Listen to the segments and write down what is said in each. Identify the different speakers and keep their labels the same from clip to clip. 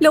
Speaker 1: Lo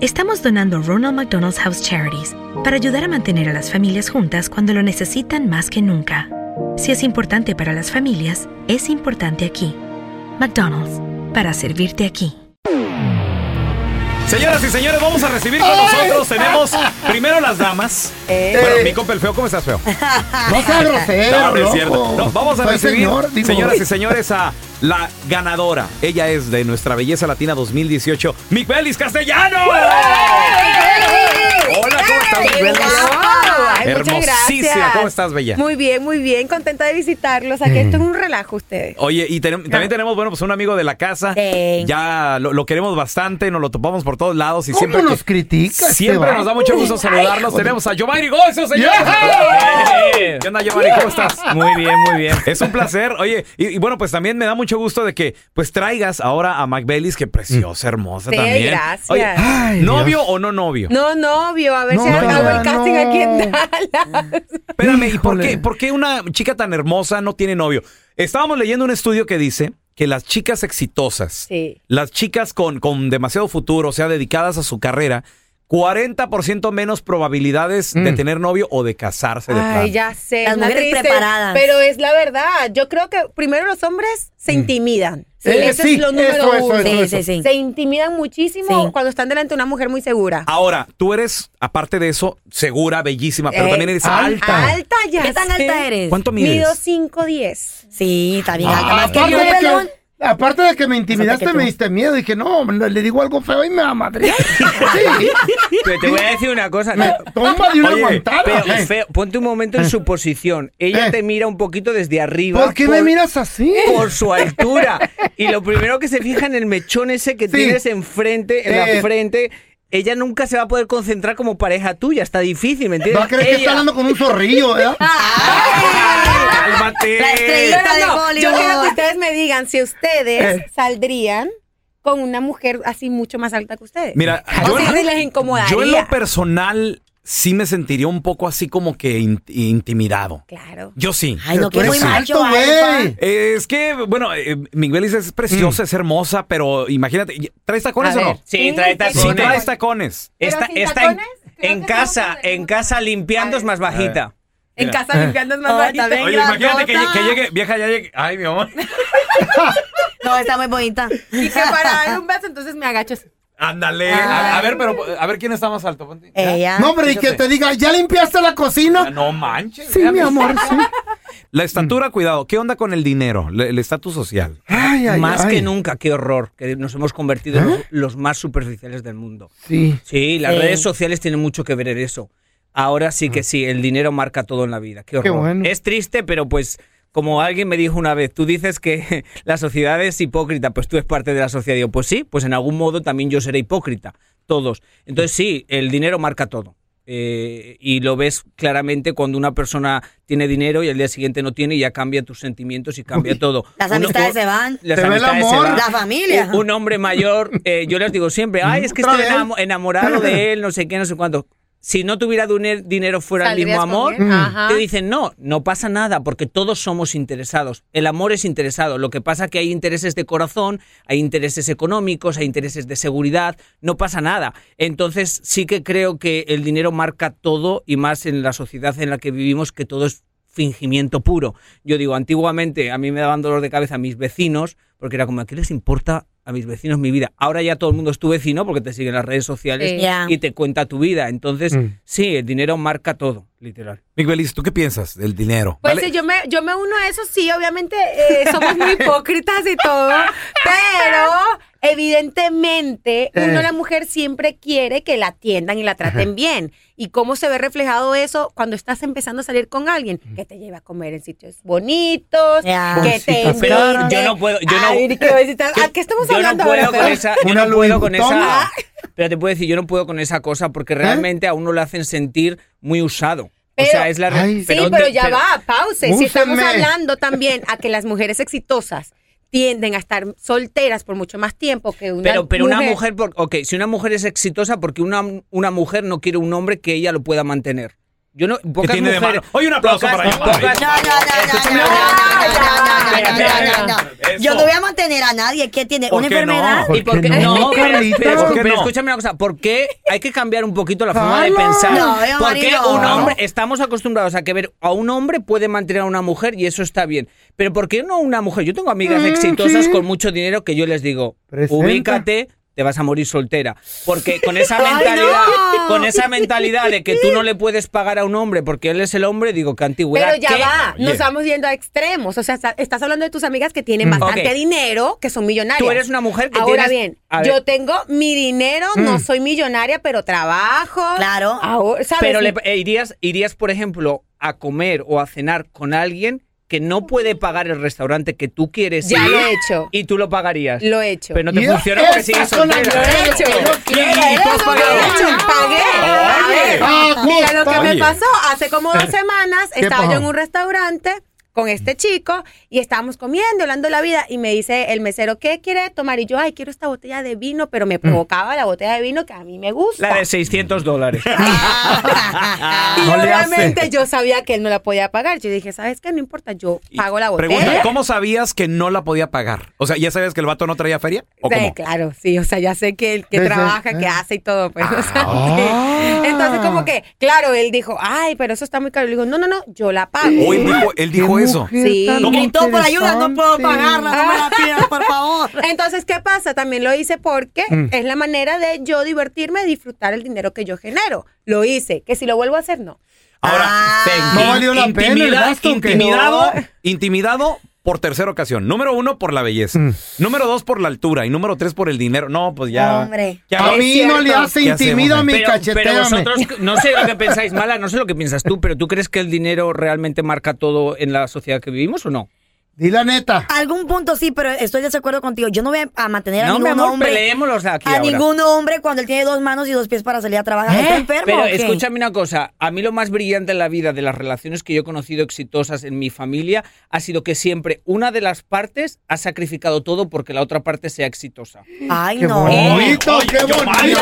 Speaker 2: estamos donando Ronald McDonald's House Charities para ayudar a mantener a las familias juntas cuando lo necesitan más que nunca. Si es importante para las familias, es importante aquí. McDonald's, para servirte aquí.
Speaker 3: Señoras y señores, vamos a recibir con nosotros. Tenemos primero las damas.
Speaker 4: Eh.
Speaker 3: Bueno, mi compa el feo, ¿cómo estás, feo?
Speaker 5: No sea grosero,
Speaker 3: No, no es
Speaker 5: loco.
Speaker 3: cierto. No, vamos a
Speaker 5: Soy
Speaker 3: recibir,
Speaker 5: señor, digo.
Speaker 3: señoras y señores, a la ganadora. Ella es de nuestra Belleza Latina 2018, Mick Belis Castellano. Hola, ¿cómo estás, Mick Belis?
Speaker 4: Ay, muchas
Speaker 3: Hermosísima,
Speaker 4: gracias.
Speaker 3: ¿cómo estás, bella?
Speaker 4: Muy bien, muy bien. Contenta de visitarlos. Aquí esto es un relajo ustedes.
Speaker 3: Oye, y tenem- también tenemos, bueno, pues un amigo de la casa.
Speaker 4: Sí.
Speaker 3: Ya lo, lo queremos bastante, nos lo topamos por todos lados y siempre.
Speaker 5: ¿Cómo nos
Speaker 3: que-
Speaker 5: critica este
Speaker 3: Siempre nos da
Speaker 5: vato?
Speaker 3: mucho gusto saludarlos. Tenemos a Giovanni Gozo, señores.
Speaker 6: Yeah.
Speaker 3: ¿Qué onda, Giovanni? ¿Cómo estás?
Speaker 6: Muy bien, muy bien.
Speaker 3: Es un placer. Oye, y, y bueno, pues también me da mucho gusto de que pues traigas ahora a Mac Bellis, que preciosa, hermosa
Speaker 4: Sí,
Speaker 3: también.
Speaker 4: gracias.
Speaker 3: Oye,
Speaker 5: Ay,
Speaker 3: ¿novio
Speaker 5: Dios.
Speaker 3: o no novio?
Speaker 4: No, novio, a ver
Speaker 5: No,
Speaker 4: si hago
Speaker 5: novia,
Speaker 4: el casting
Speaker 5: no.
Speaker 4: aquí en Dallas.
Speaker 3: Espérame, ¿y por
Speaker 5: Híjole.
Speaker 3: qué, por qué una chica tan hermosa no tiene novio? Estábamos leyendo un estudio que dice que las chicas exitosas,
Speaker 4: Sí.
Speaker 3: las chicas con, con demasiado futuro, o sea, dedicadas a su carrera, 40% menos probabilidades de
Speaker 5: Mm.
Speaker 3: tener novio o de casarse. De plano.
Speaker 4: Ay, ya sé.
Speaker 7: Las
Speaker 4: es una
Speaker 7: mujeres preparadas.
Speaker 4: Pero es la verdad. Yo creo que primero los hombres se intimidan.
Speaker 5: Sí,
Speaker 4: Eso
Speaker 5: sí,
Speaker 4: es lo
Speaker 5: eso,
Speaker 4: número
Speaker 5: eso,
Speaker 4: uno.
Speaker 5: eso,
Speaker 7: Sí, eso. sí, sí.
Speaker 4: Se intimidan muchísimo
Speaker 7: Sí.
Speaker 4: cuando están delante de una mujer muy segura.
Speaker 3: Ahora, tú eres, aparte de eso, segura, bellísima, pero
Speaker 4: Eh,
Speaker 3: también eres
Speaker 5: ah,
Speaker 3: alta.
Speaker 4: Alta ya.
Speaker 7: ¿Qué tan
Speaker 4: sé.
Speaker 7: alta eres?
Speaker 3: ¿Cuánto mides?
Speaker 4: Mido 5'10.
Speaker 7: Sí, está bien alta.
Speaker 5: Ah,
Speaker 7: Más que
Speaker 5: aparte,
Speaker 7: yo,
Speaker 5: de
Speaker 7: pelón.
Speaker 5: que, aparte de que me intimidaste,
Speaker 7: Más alta que tú.
Speaker 5: me diste miedo. Dije, no, le le digo algo feo y me va a madrear. Sí,
Speaker 6: Pero te voy a decir una cosa.
Speaker 5: me toma de una
Speaker 3: Oye,
Speaker 5: aguantada.
Speaker 6: Feo,
Speaker 5: eh.
Speaker 6: feo, ponte un momento en su posición. Ella
Speaker 5: Eh.
Speaker 6: te mira un poquito desde arriba.
Speaker 5: ¿Por qué me miras así?
Speaker 6: Por su altura. Y lo primero que se fija en el mechón ese que
Speaker 5: Sí.
Speaker 6: tienes enfrente, en
Speaker 5: Eh.
Speaker 6: la frente. Ella nunca se va a poder concentrar como pareja tuya. Está difícil, ¿me entiendes?
Speaker 5: Va a creer que
Speaker 6: Ella- ¡Ah!
Speaker 5: está hablando con un zorrillo, ¿verdad?
Speaker 3: ¡Cálmate!
Speaker 7: Ah, La estrellita
Speaker 4: Pero
Speaker 7: de
Speaker 4: no, Yo quiero que
Speaker 7: Hollywood.
Speaker 4: ustedes me digan si ustedes
Speaker 5: Eh.
Speaker 4: saldrían con una mujer así mucho más alta que ustedes.
Speaker 3: Mira,
Speaker 4: o si les incomodaría.
Speaker 3: yo en lo personal sí me sentiría un poco así como que in- intimidado.
Speaker 4: Claro.
Speaker 3: Yo sí.
Speaker 7: Ay, no,
Speaker 5: Tú
Speaker 7: que muy
Speaker 5: eres
Speaker 7: macho,
Speaker 5: alto, güey.
Speaker 7: alfa.
Speaker 3: Eh, Es que, bueno, eh, Miguel dice, es preciosa, es hermosa, pero imagínate, ¿traes tacones o
Speaker 4: A ver,
Speaker 3: no?
Speaker 6: Sí,
Speaker 4: Sí,
Speaker 6: trae
Speaker 4: sí,
Speaker 6: tacones.
Speaker 3: Sí, traes tacones.
Speaker 4: Pero
Speaker 6: Está,
Speaker 4: sin
Speaker 6: está en,
Speaker 4: tacones, creo
Speaker 6: en
Speaker 4: que
Speaker 6: casa,
Speaker 4: somos de-
Speaker 6: en casa limpiando es más bajita.
Speaker 4: En casa limpiando es más
Speaker 7: Oh,
Speaker 4: bajita.
Speaker 7: también.
Speaker 3: Oye,
Speaker 7: Venga,
Speaker 3: imagínate que,
Speaker 7: Jota.
Speaker 3: que llegue, vieja ya llegue. Ay, mi amor.
Speaker 7: No, está muy bonita.
Speaker 4: Y que para dar un beso, entonces me agacho. así.
Speaker 3: Ándale. A, a ver, pero, a ver quién está más alto. Ponte.
Speaker 7: Ella.
Speaker 5: No, hombre, y que te diga, ¿ya limpiaste la
Speaker 3: Ah,
Speaker 5: cocina?
Speaker 3: No manches.
Speaker 5: Sí,
Speaker 3: ya
Speaker 5: mi
Speaker 3: me-
Speaker 5: amor, sí.
Speaker 3: La estatura, cuidado. ¿Qué onda con el dinero? Le- El estatus social.
Speaker 5: Ay, ay,
Speaker 6: más
Speaker 5: ay. ¿Eh?
Speaker 6: que nunca, qué horror, que nos hemos convertido en los, los más superficiales del mundo.
Speaker 5: Sí.
Speaker 6: Sí, las
Speaker 7: Sí. Ah.
Speaker 6: redes sociales tienen mucho que ver en eso. Ahora sí que sí, el dinero marca todo en la vida. Qué horror.
Speaker 5: Qué bueno.
Speaker 6: Es triste, pero pues como alguien me dijo una vez, tú dices que la sociedad es hipócrita, pues tú es parte de la sociedad. Digo, pues sí, pues en algún modo también yo seré hipócrita, todos. Entonces sí, el dinero marca todo. Eh, y lo ves claramente cuando una persona tiene dinero y al día siguiente no tiene y ya cambia tus sentimientos y cambia todo.
Speaker 7: Las
Speaker 6: Uno-
Speaker 7: amistades se van.
Speaker 6: las
Speaker 5: Se ve el
Speaker 6: amistades se
Speaker 5: amor.
Speaker 6: van.
Speaker 7: La familia.
Speaker 6: Un, un hombre mayor, eh, yo les digo siempre, ay, es que
Speaker 5: Otra
Speaker 6: estoy
Speaker 5: vez.
Speaker 6: enamo- enamorado de él, no sé qué, no sé cuánto. si no tuviera dune- dinero fuera el
Speaker 4: ¿Saldrías
Speaker 6: mismo amor, mm,
Speaker 4: con él? Ajá.
Speaker 6: te dicen, no, no pasa nada, porque todos somos interesados. El amor es interesado. Lo que pasa que hay intereses de corazón, hay intereses económicos, hay intereses de seguridad, no pasa nada. Entonces sí que creo que el dinero marca todo y más en la sociedad en la que vivimos que todo es fingimiento puro. Yo digo, antiguamente a mí me daban dolor de cabeza mis vecinos, porque era como, ¿a qué les importa a mis vecinos mi vida? Ahora ya todo el mundo es tu vecino porque te siguen las redes sociales
Speaker 4: Sí.
Speaker 7: Ya.
Speaker 6: y te cuenta tu vida. Entonces,
Speaker 5: Mm.
Speaker 6: sí, el dinero marca todo, literal.
Speaker 3: Miguelis, ¿tú qué piensas del dinero?
Speaker 4: Pues
Speaker 3: ¿Vale?
Speaker 4: sí, yo me, yo me uno a eso, sí, obviamente eh, somos muy hipócritas y todo, pero evidentemente uno,
Speaker 5: Eh.
Speaker 4: la mujer, siempre quiere que la atiendan y la traten bien. ¿Y cómo se ve reflejado eso cuando estás empezando a salir con alguien? Que te lleva a comer en sitios bonitos,
Speaker 7: Ya.
Speaker 4: que te
Speaker 5: Bolsitas.
Speaker 6: Pues Pero
Speaker 4: invite
Speaker 6: yo no puedo- yo
Speaker 4: a
Speaker 6: no-
Speaker 4: ir y que visitas- ¿A qué estamos
Speaker 6: Yo no
Speaker 4: hablando ahora, Ah.
Speaker 6: puedo con
Speaker 4: Fer?
Speaker 6: esa, yo
Speaker 5: Una
Speaker 6: no puedo con
Speaker 5: Louis Vuitton.
Speaker 6: esa. Pero te puedo decir, yo no puedo con esa cosa
Speaker 3: ¿Eh?
Speaker 6: porque realmente a uno lo hacen sentir muy usado.
Speaker 4: Pero-
Speaker 6: o sea, es la re-
Speaker 5: Ay.
Speaker 4: Sí, pero, ya
Speaker 6: pero-
Speaker 4: va, pause. Si
Speaker 5: Úsenme.
Speaker 4: estamos hablando también a que las mujeres exitosas tienden a estar solteras por mucho más tiempo que una
Speaker 6: Pero, pero una mujer, por- ok, si una mujer es exitosa, porque una, una mujer no quiere un hombre que ella lo pueda mantener. Yo no, pocas
Speaker 3: tiene de
Speaker 6: mujeres.
Speaker 3: malo? Oye, un aplauso
Speaker 6: pocas-
Speaker 3: para ella.
Speaker 6: pocas-
Speaker 7: No, no, no,
Speaker 4: Ah,
Speaker 7: no, no, no, no, no, no, no, no, no, no. Yo no voy a mantener a nadie. ¿Qué tiene?
Speaker 3: ¿Por
Speaker 7: ¿Una
Speaker 3: qué no?
Speaker 7: enfermedad?
Speaker 5: ¿Por
Speaker 6: ¿Y por
Speaker 5: qué
Speaker 6: qué
Speaker 5: no,
Speaker 6: no?
Speaker 5: Carlita?
Speaker 6: pero,
Speaker 3: ¿Por qué
Speaker 6: pero
Speaker 3: no?
Speaker 6: escúchame una cosa, ¿por qué hay que cambiar un poquito la forma de
Speaker 5: Carla.
Speaker 6: pensar?
Speaker 7: No, eh,
Speaker 6: ¿Por qué
Speaker 7: marido.
Speaker 6: un hombre, estamos acostumbrados a que ver a un hombre puede mantener a una mujer y eso está bien, pero ¿por qué no una mujer? Yo tengo amigas
Speaker 5: Mm,
Speaker 6: exitosas
Speaker 5: sí.
Speaker 6: con mucho dinero que yo les digo,
Speaker 5: Presenta.
Speaker 6: ubícate, te vas a morir soltera, porque con esa mentalidad, con esa mentalidad de que tú no le puedes pagar a un hombre porque él es el hombre, digo que antigüedad.
Speaker 4: Pero ya
Speaker 6: ¿qué?
Speaker 4: va,
Speaker 3: Oye.
Speaker 4: nos estamos yendo a extremos. O sea, está- estás hablando de tus amigas que tienen bastante
Speaker 6: Mm. Ok.
Speaker 4: dinero, que son millonarias.
Speaker 6: Tú eres una mujer que
Speaker 4: Ahora
Speaker 6: tienes-
Speaker 4: bien,
Speaker 6: A ver. Mm.
Speaker 4: yo tengo mi dinero, no soy millonaria, pero trabajo.
Speaker 7: Claro.
Speaker 4: Ahora, ¿sabes?
Speaker 6: Pero le, eh, irías, irías, por ejemplo, a comer o a cenar con alguien que no puede pagar el restaurante que tú quieres
Speaker 4: Ya
Speaker 6: ir
Speaker 4: lo he hecho.
Speaker 6: y tú lo pagarías.
Speaker 4: Lo he hecho.
Speaker 6: Pero no te
Speaker 5: Y
Speaker 6: funciona
Speaker 5: esas
Speaker 6: porque sigues
Speaker 5: son las
Speaker 6: soltera.
Speaker 5: mujeres
Speaker 4: Lo he hecho.
Speaker 5: que no quieren.
Speaker 6: Y tú
Speaker 4: Eso
Speaker 6: has
Speaker 4: lo
Speaker 6: pagado.
Speaker 4: he hecho, pagué. A ver.
Speaker 5: Ah,
Speaker 4: Mira lo que
Speaker 5: justo.
Speaker 4: me
Speaker 3: Oye.
Speaker 4: pasó hace como dos semanas.
Speaker 5: ¿Qué
Speaker 4: Estaba yo
Speaker 5: pasó?
Speaker 4: en un restaurante con este chico y estábamos comiendo, hablando de la vida y me dice el mesero, ¿qué quiere tomar? Y yo, ay, quiero esta botella de vino, pero me provocaba la botella de vino que a mí me gusta.
Speaker 6: La de 600 dólares.
Speaker 5: Ah,
Speaker 4: Y
Speaker 5: No le hace.
Speaker 4: obviamente yo sabía que él no la podía pagar. Yo dije, ¿sabes qué? No importa, yo pago la botella.
Speaker 7: ¿Eh?
Speaker 3: Pregunta, ¿cómo sabías que no la podía pagar? O sea, ¿ya sabías que el vato no traía feria? ¿O
Speaker 4: Sí,
Speaker 3: cómo?
Speaker 4: claro, sí, o sea, ya sé que el que
Speaker 5: Desde-
Speaker 4: trabaja, que
Speaker 5: ah.
Speaker 4: hace y todo, pues, o sea,
Speaker 5: Ah.
Speaker 4: sí. Entonces,
Speaker 7: Ah.
Speaker 4: como que, claro, él dijo, ay, pero eso está muy caro. Le digo, no, no, no, yo la pago.
Speaker 3: O él dijo, él dijo
Speaker 5: Qué
Speaker 3: eso.
Speaker 5: mujer
Speaker 4: Sí.
Speaker 5: tan
Speaker 7: Gritó por ayuda, no puedo
Speaker 5: interesante.
Speaker 7: pagarla, no me la pidas, por favor.
Speaker 4: Entonces, ¿qué pasa? También lo hice porque
Speaker 7: Mm.
Speaker 4: es la manera de yo divertirme, disfrutar el dinero que yo genero. Lo hice, que si lo vuelvo a hacer, no.
Speaker 3: Ahora,
Speaker 7: Ah.
Speaker 3: thank
Speaker 5: No
Speaker 3: you.
Speaker 5: valió la pena el
Speaker 3: Intimida-
Speaker 5: gasto, ¿o qué?
Speaker 3: intimidado, intimidado por tercera ocasión. Número uno, por la belleza.
Speaker 5: Mm.
Speaker 3: Número dos, por la altura. Y número tres, por el dinero. No, pues ya.
Speaker 7: Hombre.
Speaker 3: ¿Qué
Speaker 5: A
Speaker 3: hago?
Speaker 5: mí no le hace
Speaker 3: ¿Qué hacemos,
Speaker 5: intimido a
Speaker 3: eh?
Speaker 5: mi
Speaker 6: Pero, pero
Speaker 5: cachetea.
Speaker 6: vosotros, no sé lo que pensáis, Mala, no sé lo que piensas tú, pero ¿tú crees que el dinero realmente marca todo en la sociedad que vivimos o no?
Speaker 5: Di la neta.
Speaker 7: Algún punto sí, pero estoy de desacuerdo contigo. Yo no voy a- a mantener a
Speaker 6: No, mi
Speaker 7: ningún
Speaker 6: amor,
Speaker 7: hombre.
Speaker 6: peleémoslos aquí
Speaker 7: A
Speaker 6: ahora. ¿Eh?
Speaker 7: ningún hombre cuando él tiene dos manos y dos pies para salir a trabajar. ¿Está enfermo?
Speaker 6: Pero
Speaker 7: o qué?
Speaker 6: escúchame una cosa, a mí lo más brillante en la vida de las relaciones que yo he conocido exitosas en mi familia ha sido que siempre una de las partes ha sacrificado todo porque la otra parte sea exitosa.
Speaker 7: Ay,
Speaker 5: Qué
Speaker 7: no. Pues,
Speaker 5: bonito, qué bonito.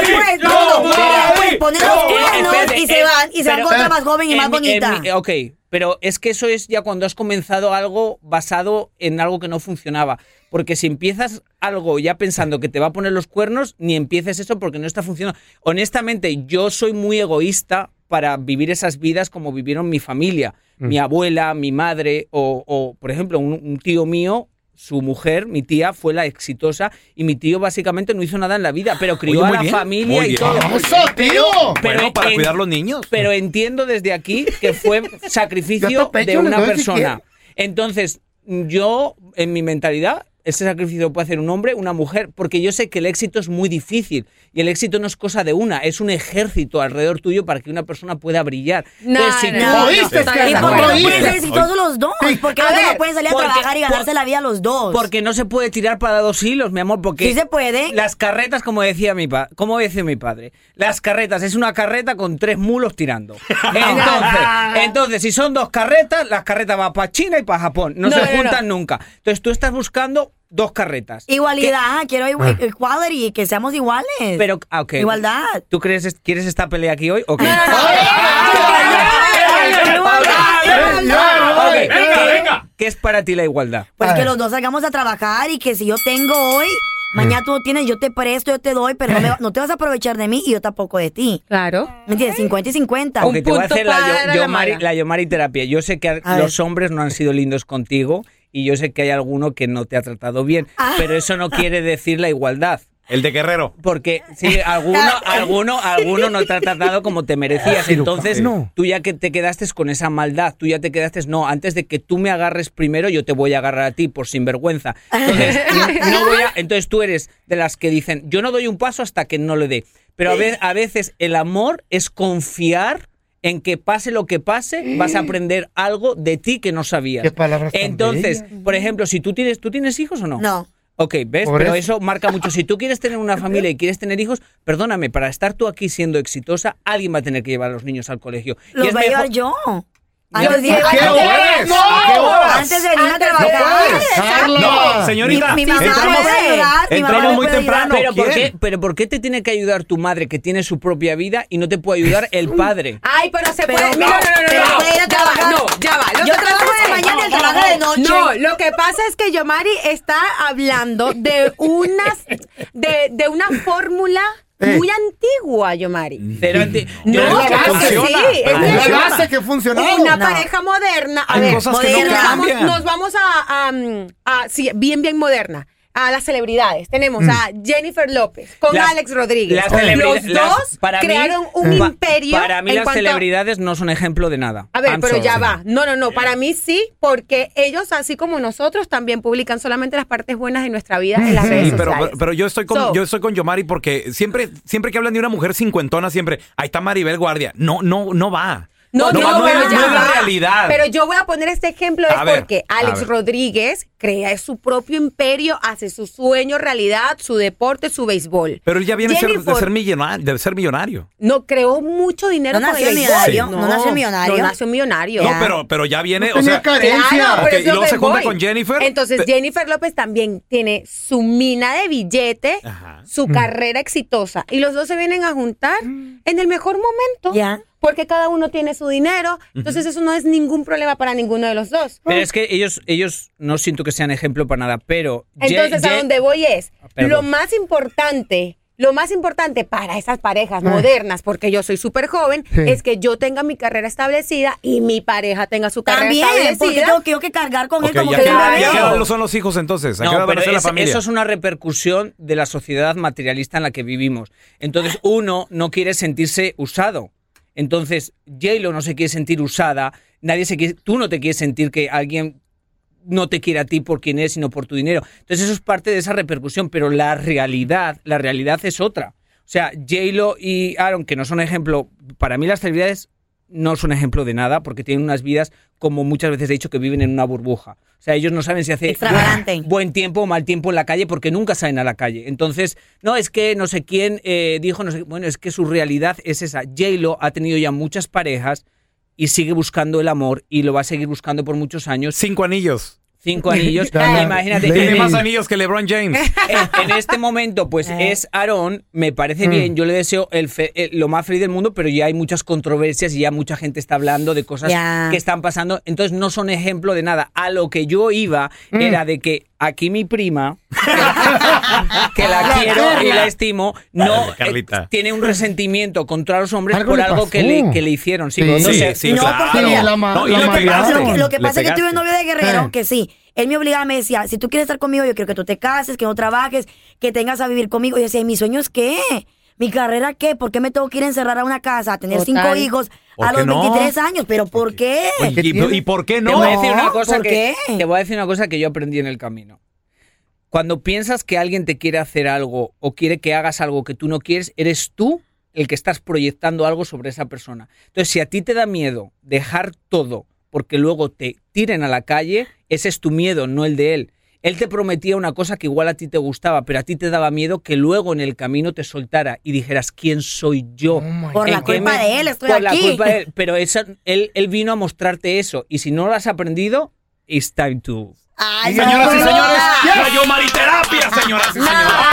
Speaker 7: Después, todo, después, poner pues, los
Speaker 6: Eh,
Speaker 7: cuernos
Speaker 6: espérate,
Speaker 7: y se
Speaker 6: eh,
Speaker 7: van, y se van
Speaker 6: pero-
Speaker 7: con otra más joven y
Speaker 6: En
Speaker 7: más
Speaker 6: mi- en
Speaker 7: bonita.
Speaker 6: mi- ok, pero es que eso es ya cuando has comenzado algo basado en algo que no funcionaba. Porque si empiezas algo ya pensando que te va a poner los cuernos, ni empieces eso porque no está funcionando. Honestamente, yo soy muy egoísta para vivir esas vidas como vivieron mi familia,
Speaker 3: Mm.
Speaker 6: mi abuela, mi madre o, o, por ejemplo, un- un tío mío. Su mujer, mi tía, fue la exitosa y mi tío básicamente no hizo nada en la vida, pero crió
Speaker 3: muy
Speaker 6: a la
Speaker 3: bien,
Speaker 6: familia
Speaker 3: muy
Speaker 6: y
Speaker 3: bien.
Speaker 6: todo.
Speaker 5: Eso, tío.
Speaker 3: Bueno,
Speaker 6: Pero
Speaker 3: para
Speaker 6: en-
Speaker 3: cuidar los niños.
Speaker 6: Pero entiendo desde aquí que fue
Speaker 5: Yo
Speaker 6: sacrificio
Speaker 5: hasta pecho
Speaker 6: de
Speaker 5: le
Speaker 6: una
Speaker 5: doy si
Speaker 6: persona. Entonces, yo, en mi mentalidad, ese sacrificio lo puede hacer un hombre, una mujer, porque yo sé que el éxito es muy difícil y el éxito no es cosa de una, es un ejército alrededor tuyo para que una persona pueda brillar.
Speaker 4: No,
Speaker 6: Entonces, si
Speaker 4: no,
Speaker 6: tú-
Speaker 4: no,
Speaker 5: ¿Lo oíste,
Speaker 4: no,
Speaker 5: Carla?
Speaker 7: ¿Y
Speaker 5: Pero-
Speaker 7: por
Speaker 5: Pero-
Speaker 7: qué no pueden ser
Speaker 5: Oye.
Speaker 7: exitosos los dos? ¿Por qué
Speaker 4: A
Speaker 7: los dos
Speaker 4: ver,
Speaker 7: no pueden salir a
Speaker 6: porque-
Speaker 7: trabajar y
Speaker 6: por-
Speaker 7: ganarse la vida los dos?
Speaker 6: Porque no se puede tirar para dos hilos, mi amor, porque...
Speaker 7: Sí se puede.
Speaker 6: Las carretas, como decía mi, pa como decía mi padre, las carretas es una carreta con tres mulos tirando. Entonces, entonces, si son dos carretas, las carretas van para China y para Japón. No,
Speaker 4: No,
Speaker 6: se
Speaker 4: no, no.
Speaker 6: juntan nunca. Entonces tú estás buscando dos carretas. Ah.
Speaker 7: Igualidad, quiero igual- equality, que seamos iguales.
Speaker 6: Pero, ah, ok.
Speaker 7: Igualdad.
Speaker 6: ¿Tú crees, quieres esta pelea aquí hoy? Ok. Ok, ¿qué- ¿Qué es para ti la igualdad?
Speaker 7: Pues que los dos salgamos a trabajar y que si yo tengo hoy, mañana tú no tienes, yo te presto, yo te doy, pero no, me va- no te vas a aprovechar de mí y yo tampoco de ti.
Speaker 4: Claro.
Speaker 7: ¿Me entiendes? 50 y 50.
Speaker 6: Ok, te voy a
Speaker 4: punto
Speaker 6: hacer la,
Speaker 4: para
Speaker 6: yo-
Speaker 4: la
Speaker 6: Yomari-
Speaker 4: mala.
Speaker 6: la Yomari terapia. Yo sé que
Speaker 7: A
Speaker 6: los
Speaker 7: ver.
Speaker 6: hombres no han sido lindos contigo y yo sé que hay alguno que no te ha tratado bien,
Speaker 4: Ah.
Speaker 6: pero eso no quiere decir la igualdad.
Speaker 3: El de Guerrero.
Speaker 6: Porque si alguno, alguno, alguno no te ha tratado como te merecías. Entonces,
Speaker 3: No.
Speaker 6: tú ya que te quedaste con esa maldad, tú ya te quedaste, no, antes de que tú me agarres primero, yo te voy a agarrar a ti por sinvergüenza. Entonces, no voy a- entonces tú eres de las que dicen, yo no doy un paso hasta que no le dé. Pero a, ve- a veces el amor es confiar en que pase lo que pase, vas a aprender algo de ti que no sabías.
Speaker 5: Qué palabras tan
Speaker 6: Entonces, por ejemplo, si tú tienes, ¿tú tienes hijos o no?
Speaker 7: No.
Speaker 6: Ok, ¿ves?
Speaker 5: Por
Speaker 6: Pero
Speaker 5: eso.
Speaker 6: eso marca mucho. Si tú quieres tener una familia y quieres tener hijos, perdóname, para estar tú aquí siendo exitosa, alguien va a tener que llevar a los niños al colegio. Y
Speaker 7: Los
Speaker 6: es
Speaker 7: voy a llevar
Speaker 6: mejor-
Speaker 7: yo. Antes de,
Speaker 5: ¿A qué
Speaker 7: antes-
Speaker 5: horas? ¿A qué horas?
Speaker 7: antes de venir a
Speaker 4: Antes-
Speaker 7: trabajar.
Speaker 5: Carla.
Speaker 3: No, señorita,
Speaker 7: Mi- mi mamá
Speaker 3: entramos,
Speaker 7: me puede ayudar, mi mamá
Speaker 3: entramos
Speaker 7: me
Speaker 3: muy
Speaker 7: puede ayudar.
Speaker 3: temprano.
Speaker 6: Pero ¿por,
Speaker 3: ¿Quién?
Speaker 6: qué, pero ¿por qué te tiene que ayudar tu madre que tiene su propia vida y no te puede ayudar el padre?
Speaker 4: Ay, pero se
Speaker 7: Pero
Speaker 4: puede.
Speaker 7: no,
Speaker 4: Mira, no, no, no,
Speaker 7: pero
Speaker 4: no.
Speaker 7: puede ir
Speaker 4: Ya
Speaker 7: a
Speaker 4: va,
Speaker 7: trabajar.
Speaker 4: no, ya va. Lo
Speaker 7: Yo
Speaker 4: que
Speaker 7: trabajo
Speaker 4: pasa
Speaker 7: de
Speaker 4: es-
Speaker 7: mañana y él trabaja de noche.
Speaker 4: No, lo que pasa es que Yomari está hablando de unas de, de una fórmula muy antigua, Yomari.
Speaker 6: Pero antes-
Speaker 4: No,
Speaker 6: yo-
Speaker 5: es la
Speaker 4: claro que
Speaker 5: funciona,
Speaker 4: sí.
Speaker 5: pero
Speaker 4: es
Speaker 5: es la
Speaker 4: verdad.
Speaker 5: base que funcionaba.
Speaker 4: Una
Speaker 7: No.
Speaker 4: pareja moderna. A
Speaker 3: Hay
Speaker 4: ver,
Speaker 3: cosas que no
Speaker 4: moderna. Vamos-
Speaker 3: cambian.
Speaker 4: nos vamos a, a, mm, a- sí, bien, bien moderna. A las celebridades. Tenemos a Jennifer López con
Speaker 6: Las-
Speaker 4: Alex Rodríguez.
Speaker 6: las celebridades-
Speaker 4: Los
Speaker 6: las-
Speaker 4: dos
Speaker 6: para mí-
Speaker 4: crearon un
Speaker 6: pa-
Speaker 4: imperio.
Speaker 6: Para mí
Speaker 4: en
Speaker 6: las
Speaker 4: cuanto a-
Speaker 6: celebridades no son ejemplo de nada.
Speaker 4: a ver,
Speaker 6: I'm
Speaker 4: pero ya
Speaker 6: sorry.
Speaker 4: va. No, no, no. Para mí sí, porque ellos, así como nosotros, también publican solamente las partes buenas de nuestra vida en las redes
Speaker 3: Sí, pero,
Speaker 4: sociales.
Speaker 3: pero- pero yo estoy con
Speaker 4: Pues So,
Speaker 3: yo estoy con Yomari porque siempre siempre que hablan de una mujer cincuentona siempre ahí está Maribel Guardia no no no va
Speaker 4: No, no,
Speaker 3: va,
Speaker 4: no,
Speaker 3: es-
Speaker 4: pero ya
Speaker 3: no es la
Speaker 4: va.
Speaker 3: realidad
Speaker 4: Pero yo voy a poner este ejemplo
Speaker 3: A
Speaker 4: es
Speaker 3: ver,
Speaker 4: porque
Speaker 3: a
Speaker 4: Alex
Speaker 3: ver.
Speaker 4: Rodríguez crea su propio imperio, hace su sueño realidad, su deporte, su béisbol.
Speaker 3: Pero él ya viene a ser- de
Speaker 4: Jennifer-
Speaker 3: ser millonario de ser millonario
Speaker 4: No creó mucho dinero
Speaker 7: No
Speaker 4: con el
Speaker 7: nació
Speaker 4: béisbol.
Speaker 7: millonario, no nació millonario.
Speaker 4: No nació millonario.
Speaker 3: no pero pero ya viene
Speaker 5: No
Speaker 3: o sea
Speaker 5: tenía care- Herencia.
Speaker 4: Claro,
Speaker 3: Ok,
Speaker 4: pero es
Speaker 3: y
Speaker 4: lo
Speaker 3: luego
Speaker 4: que
Speaker 3: se junta
Speaker 4: voy.
Speaker 3: con Jennifer.
Speaker 4: Entonces,
Speaker 3: Pe-
Speaker 4: Jennifer López también tiene su mina de billete,
Speaker 3: Ajá.
Speaker 6: Mm.
Speaker 4: su carrera exitosa. Y los dos se vienen a juntar en el mejor momento.
Speaker 7: Ya.
Speaker 4: Porque cada uno tiene su dinero. Entonces, eso no es ningún problema para ninguno de los dos.
Speaker 6: Pero es que ellos, ellos no siento que sean ejemplo para nada, pero... Ye-
Speaker 4: Entonces,
Speaker 6: Ye- Ah,
Speaker 4: a donde voy es,
Speaker 6: Perdón.
Speaker 4: lo más importante, lo más importante para esas parejas
Speaker 6: Ah.
Speaker 4: modernas, porque yo soy súper joven,
Speaker 5: Sí.
Speaker 4: es que yo tenga mi carrera establecida y mi pareja tenga su carrera
Speaker 7: También, porque
Speaker 4: establecida.
Speaker 7: tengo que, yo que cargar con
Speaker 3: Ok,
Speaker 7: él como
Speaker 3: ya
Speaker 7: que
Speaker 3: qué-
Speaker 7: un bebé.
Speaker 3: ya qué edad son los hijos entonces ¿A qué
Speaker 6: No,
Speaker 3: edad van a
Speaker 6: pero
Speaker 3: ser la
Speaker 6: es-
Speaker 3: familia
Speaker 6: eso es una repercusión de la sociedad materialista en la que vivimos. Entonces, uno no quiere sentirse usado. Entonces, J-Lo no se quiere sentir usada. Nadie se quiere, tú no te quieres sentir que alguien no te quiere a ti por quien eres, sino por tu dinero. Entonces, eso es parte de esa repercusión. Pero la realidad, la realidad es otra. O sea, J-Lo y Aaron, que no son ejemplo, para mí las celebridades no son ejemplo de nada porque tienen unas vidas, como muchas veces he dicho, que viven en una burbuja. O sea, ellos no saben si hace
Speaker 7: Extravagante.
Speaker 6: buen tiempo o mal tiempo en la calle porque nunca salen a la calle. Entonces, no, es que no sé quién eh, dijo, no sé, bueno, es que su realidad es esa. J-Lo ha tenido ya muchas parejas y sigue buscando el amor y lo va a seguir buscando por muchos años.
Speaker 3: cinco anillos
Speaker 6: Cinco anillos.
Speaker 5: Claro.
Speaker 6: Imagínate.
Speaker 5: Lady
Speaker 6: en-
Speaker 3: tiene
Speaker 5: Sí.
Speaker 3: más anillos que LeBron James
Speaker 6: en, en este momento, pues es Aarón, me parece bien, yo le deseo el fe- eh, lo más feliz del mundo, pero ya hay muchas controversias y ya mucha gente está hablando de cosas
Speaker 7: Ya.
Speaker 6: que están pasando, entonces no son ejemplo de nada. A lo que yo iba era de que aquí mi prima, que la quiero y la estimo, no
Speaker 3: Dale, Carlita.
Speaker 6: eh, tiene un resentimiento contra los hombres
Speaker 5: Algo
Speaker 6: por
Speaker 5: le
Speaker 6: algo que
Speaker 5: pasó.
Speaker 6: le, que le hicieron. Sí,
Speaker 5: Sí.
Speaker 6: no
Speaker 3: sí
Speaker 6: sé.
Speaker 3: sí
Speaker 7: No,
Speaker 3: claro
Speaker 7: porque mira,
Speaker 5: la ma-
Speaker 3: no, y
Speaker 5: la
Speaker 3: le
Speaker 5: mayoría-
Speaker 3: pegaste.
Speaker 7: Lo que, lo que
Speaker 3: Le
Speaker 7: pasa es que
Speaker 3: pegaste.
Speaker 7: tuve un novio de guerrero
Speaker 5: Sí.
Speaker 7: que sí. Él me obligaba, me decía, si tú quieres estar conmigo, yo quiero que tú te cases, que no trabajes, que tengas a vivir conmigo. Y yo decía, ¿y mis sueños qué? ¿Mi carrera qué? ¿Por qué me tengo que ir a encerrar a una casa, a tener
Speaker 4: Total.
Speaker 7: cinco hijos
Speaker 3: ¿Por
Speaker 7: a
Speaker 3: qué
Speaker 7: los
Speaker 3: no?
Speaker 7: 23 años? ¿Pero por qué?
Speaker 3: Oye, y, y por qué
Speaker 6: Te voy a
Speaker 3: no
Speaker 6: decir una cosa
Speaker 7: ¿por
Speaker 6: que
Speaker 7: qué?
Speaker 6: te voy a decir una cosa que yo aprendí en el camino. Cuando piensas que alguien te quiere hacer algo o quiere que hagas algo que tú no quieres, eres tú el que estás proyectando algo sobre esa persona. Entonces, si a ti te da miedo dejar todo porque luego te tiren a la calle, ese es tu miedo, no el de él. Él te prometía una cosa que igual a ti te gustaba, pero a ti te daba miedo que luego en el camino te soltara y dijeras, ¿quién soy yo?
Speaker 7: Por la
Speaker 6: ¿En qué
Speaker 7: culpa de él estoy
Speaker 6: por la
Speaker 7: aquí.
Speaker 6: culpa de él. Pero esa- él, él vino a mostrarte eso. Y si no lo has aprendido, it's time to
Speaker 4: Ay,
Speaker 5: Señoras y
Speaker 4: no.
Speaker 5: señores,
Speaker 3: Rayo Mariterapia, señoras y
Speaker 5: El
Speaker 4: Ah,
Speaker 5: problema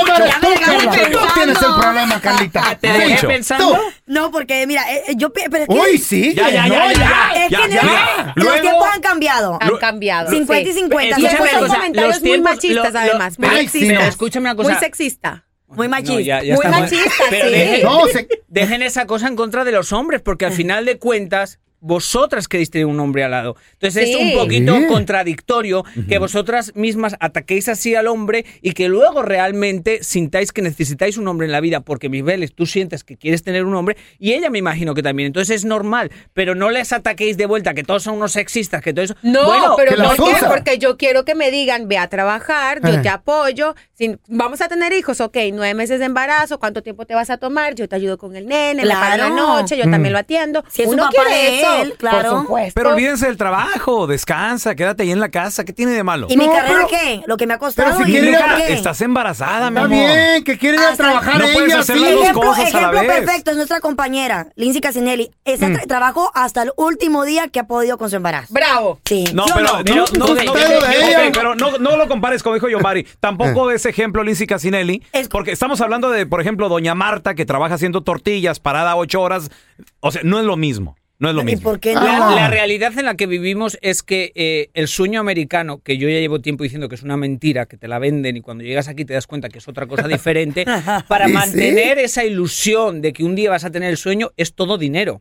Speaker 5: eres
Speaker 4: me
Speaker 5: tú,
Speaker 4: dejaste
Speaker 5: Carla. Tú
Speaker 4: pensando.
Speaker 5: tienes el problema, Carlita.
Speaker 6: Ah, Te dejé
Speaker 5: Tú.
Speaker 6: pensando.
Speaker 7: No, porque mira, eh, eh, yo... pi- Pero es que,
Speaker 5: Uy, sí.
Speaker 3: Ya, ya,
Speaker 5: no,
Speaker 3: ya, ya.
Speaker 7: Es
Speaker 3: Ya,
Speaker 7: que
Speaker 3: ya,
Speaker 7: no-
Speaker 3: ya.
Speaker 7: los
Speaker 3: Luego-
Speaker 7: tiempos han cambiado.
Speaker 4: Han cambiado.
Speaker 7: 50 y
Speaker 4: sí.
Speaker 7: 50.
Speaker 4: Y
Speaker 7: Escúchame
Speaker 4: después
Speaker 7: una
Speaker 4: pues, son
Speaker 7: cosa,
Speaker 4: comentarios
Speaker 6: los
Speaker 4: muy
Speaker 6: tiempos-
Speaker 4: machistas,
Speaker 6: lo- lo-
Speaker 4: además.
Speaker 5: Ay,
Speaker 4: Muy
Speaker 5: sí,
Speaker 4: sexistas.
Speaker 5: no.
Speaker 6: Escúchame una cosa.
Speaker 4: Muy sexista.
Speaker 7: Muy machista.
Speaker 6: No, ya- ya
Speaker 4: Muy
Speaker 6: estamos-
Speaker 4: machista,
Speaker 6: Pero
Speaker 4: sí.
Speaker 6: deje-
Speaker 5: No, se-
Speaker 6: Dejen esa cosa en contra de los hombres, porque
Speaker 4: Mm.
Speaker 6: al final de cuentas, vosotras queréis tener un hombre al lado. Entonces es un
Speaker 4: Sí.
Speaker 6: poquito
Speaker 5: Sí.
Speaker 6: contradictorio que vosotras mismas ataquéis así al hombre y que luego realmente sintáis que necesitáis un hombre en la vida, porque mis Vélez, tú sientes que quieres tener un hombre y ella me imagino que también. Entonces es normal, pero no les ataquéis de vuelta, que todos son unos sexistas, que todo eso.
Speaker 4: No,
Speaker 6: Bueno,
Speaker 5: que
Speaker 4: pero
Speaker 5: las
Speaker 4: ¿por qué?
Speaker 5: usa.
Speaker 4: Porque yo quiero que me digan, ve a trabajar, yo
Speaker 7: Eh.
Speaker 5: Ajá.
Speaker 4: te apoyo. Si vamos a tener hijos, ok, nueve meses de embarazo, ¿cuánto tiempo te vas a tomar? Yo te ayudo con el nene, la paro en la
Speaker 7: Claro. Mm.
Speaker 4: noche, yo también lo atiendo.
Speaker 7: Si es un
Speaker 4: Uno
Speaker 7: papá
Speaker 4: quiere
Speaker 7: de
Speaker 4: eso,
Speaker 7: él, claro.
Speaker 4: Por supuesto.
Speaker 3: Pero olvídense del trabajo, descansa, quédate ahí en la casa. ¿Qué tiene de malo?
Speaker 7: ¿Y mi
Speaker 5: No,
Speaker 7: carrera
Speaker 5: pero-
Speaker 7: qué? Lo que me ha costado.
Speaker 5: pero si
Speaker 7: y
Speaker 5: quiere ir a-
Speaker 7: lo
Speaker 3: Mira,
Speaker 7: que-
Speaker 3: Estás embarazada, mi
Speaker 5: Está
Speaker 3: amor.
Speaker 5: bien, que quiere ir a
Speaker 6: Ah,
Speaker 7: Hasta-
Speaker 5: trabajar
Speaker 3: No puedes
Speaker 5: ella,
Speaker 3: hacer
Speaker 5: sí.
Speaker 3: las dos
Speaker 7: Ah, Ejemplo,
Speaker 3: cosas a la
Speaker 7: ejemplo
Speaker 3: vez. Mm.
Speaker 7: perfecto es nuestra compañera, Lindsay Casinelli. Esa tra- trabajó hasta el último día que ha podido con su embarazo.
Speaker 4: Bravo.
Speaker 7: Sí.
Speaker 3: No,
Speaker 7: Yo
Speaker 3: pero
Speaker 7: no.
Speaker 3: no, no,
Speaker 5: Un
Speaker 3: no, no,
Speaker 5: pedo
Speaker 3: no,
Speaker 5: de
Speaker 3: ok,
Speaker 5: ella.
Speaker 3: pero no, no lo compares como dijo Yomari. Tampoco de ese ejemplo Lindsay Casinelli,
Speaker 7: Es-
Speaker 3: porque estamos hablando de, por ejemplo, doña Marta que trabaja haciendo tortillas parada ocho horas. O sea, no es lo mismo. No es lo
Speaker 7: ¿Y
Speaker 3: mismo.
Speaker 7: por qué no?
Speaker 5: Ah.
Speaker 6: La, la realidad en la que vivimos es que eh, el sueño americano, que yo ya llevo tiempo diciendo que es una mentira, que te la venden y cuando llegas aquí te das cuenta que es otra cosa diferente, para
Speaker 5: ¿Y sí?
Speaker 6: mantener esa ilusión de que un día vas a tener el sueño es todo dinero.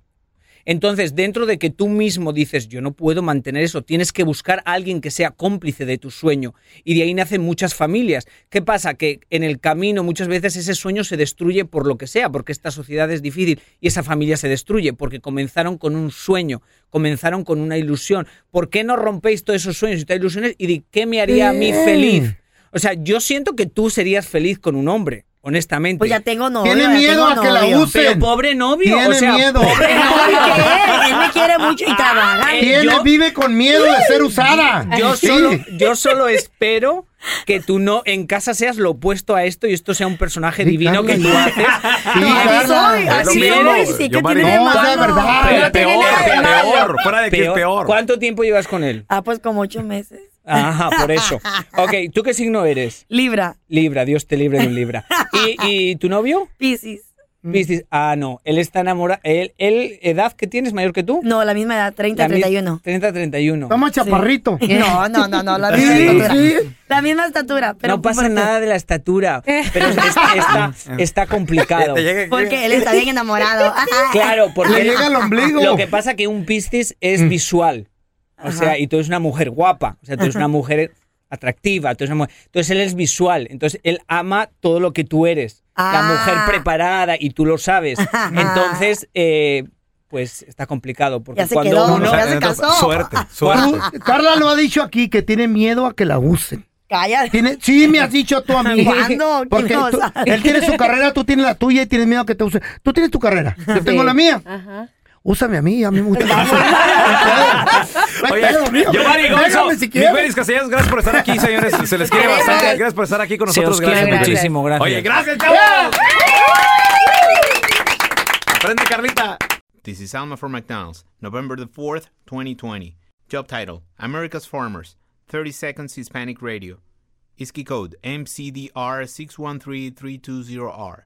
Speaker 6: Entonces, dentro de que tú mismo dices, yo no puedo mantener eso, tienes que buscar a alguien que sea cómplice de tu sueño. Y de ahí nacen muchas familias. ¿Qué pasa? Que en el camino muchas veces ese sueño se destruye por lo que sea, porque esta sociedad es difícil y esa familia se destruye, porque comenzaron con un sueño, comenzaron con una ilusión. ¿Por qué no rompéis todos esos sueños y todas ilusiones? ¿Y de qué me haría a mí feliz? O sea, yo siento que tú serías feliz con un hombre, honestamente.
Speaker 7: Pues ya tengo novio.
Speaker 5: Tiene
Speaker 7: ya
Speaker 5: miedo
Speaker 7: tengo
Speaker 5: a que la
Speaker 7: novio.
Speaker 5: use.
Speaker 6: Pero pobre novio,
Speaker 5: Tiene
Speaker 6: o sea,
Speaker 5: miedo.
Speaker 6: pobre novio.
Speaker 7: Porque él me quiere mucho y trabaja.
Speaker 6: Eh,
Speaker 5: Tiene-
Speaker 6: yo-
Speaker 5: vive con miedo de ser usada.
Speaker 6: Yo
Speaker 5: Ah, Sí.
Speaker 6: solo, yo solo espero que tú no en casa seas lo opuesto a esto y esto sea un personaje
Speaker 5: Sí,
Speaker 6: divino
Speaker 5: Carla.
Speaker 6: que tú haces.
Speaker 5: Sí,
Speaker 6: Y-
Speaker 5: Carla.
Speaker 7: Así soy,
Speaker 5: Es
Speaker 6: lo
Speaker 7: así
Speaker 6: mismo.
Speaker 7: soy. Sí, que
Speaker 3: Yo, Mari,
Speaker 7: tiene
Speaker 5: no, es la
Speaker 7: mano.
Speaker 5: verdad.
Speaker 3: Pero
Speaker 4: no tiene
Speaker 3: peor,
Speaker 4: nada de malo.
Speaker 3: peor, fuera de que es
Speaker 6: Peor.
Speaker 3: peor.
Speaker 6: ¿Cuánto tiempo llevas con él?
Speaker 7: Ah, pues como ocho meses.
Speaker 6: Ajá, por eso. Ok, ¿tú qué signo eres?
Speaker 7: Libra,
Speaker 6: Libra, Dios te libre de un Libra. ¿Y, y tu novio?
Speaker 7: Piscis.
Speaker 5: Mm.
Speaker 6: Piscis. Ah, no, él está enamorado. Él, él, ¿Edad que tienes mayor que tú?
Speaker 7: No, la misma edad, 30,
Speaker 6: La mi-
Speaker 7: 31.
Speaker 6: 30, 31.
Speaker 5: Está más chaparrito.
Speaker 7: No, no, no, no, la misma
Speaker 5: Sí,
Speaker 7: estatura.
Speaker 5: sí.
Speaker 7: La misma estatura. Pero
Speaker 6: no pasa
Speaker 7: porque-
Speaker 6: nada de la estatura, pero es- es- está, está complicado.
Speaker 7: Porque él está bien enamorado.
Speaker 6: Claro, porque
Speaker 5: Le llega al ombligo.
Speaker 6: Lo que pasa que un piscis es
Speaker 7: Mm.
Speaker 6: visual. O sea, y tú eres una mujer guapa, o sea, tú eres una mujer atractiva, tú eres una mujer- entonces él es visual, entonces él ama todo lo que tú eres, la
Speaker 7: Ah.
Speaker 6: mujer preparada y tú lo sabes. Entonces, eh, pues está complicado porque
Speaker 7: Ya se
Speaker 6: cuando
Speaker 7: quedó,
Speaker 6: uno
Speaker 7: ya se casó. Ah,
Speaker 3: Suerte,
Speaker 5: Tú,
Speaker 3: suerte.
Speaker 5: Carla lo ha dicho aquí que tiene miedo a que la usen.
Speaker 7: Cállate.
Speaker 5: Tiene- sí, me has dicho tú a mí.
Speaker 7: ¿Cuándo? ¿Qué
Speaker 5: Porque tú-
Speaker 7: cosa?
Speaker 5: él tiene su carrera, tú tienes la tuya y tienes miedo a que te use. Tú tienes tu carrera, yo tengo la mía.
Speaker 4: Ajá.
Speaker 5: Úsame a mí, a mí me gusta. No hay
Speaker 3: Oye,
Speaker 5: pedo, mío.
Speaker 3: Giovanni Gonzo,
Speaker 5: Pégame si
Speaker 3: mi
Speaker 5: quieres.
Speaker 3: Félix Castellanos, gracias por estar aquí, señores. Se les quiere bastante. Gracias por estar aquí con
Speaker 6: se
Speaker 3: nosotros.
Speaker 6: os quiere
Speaker 3: Gracias, Miguel.
Speaker 6: muchísimo, gracias.
Speaker 3: Oye, gracias, chavos. Aprende, Carlita.
Speaker 8: This is Alma from McDonald's, November the 4th, 2020. Job title America's Farmers, 30 Seconds Hispanic Radio. ISKI code MCDR613320R.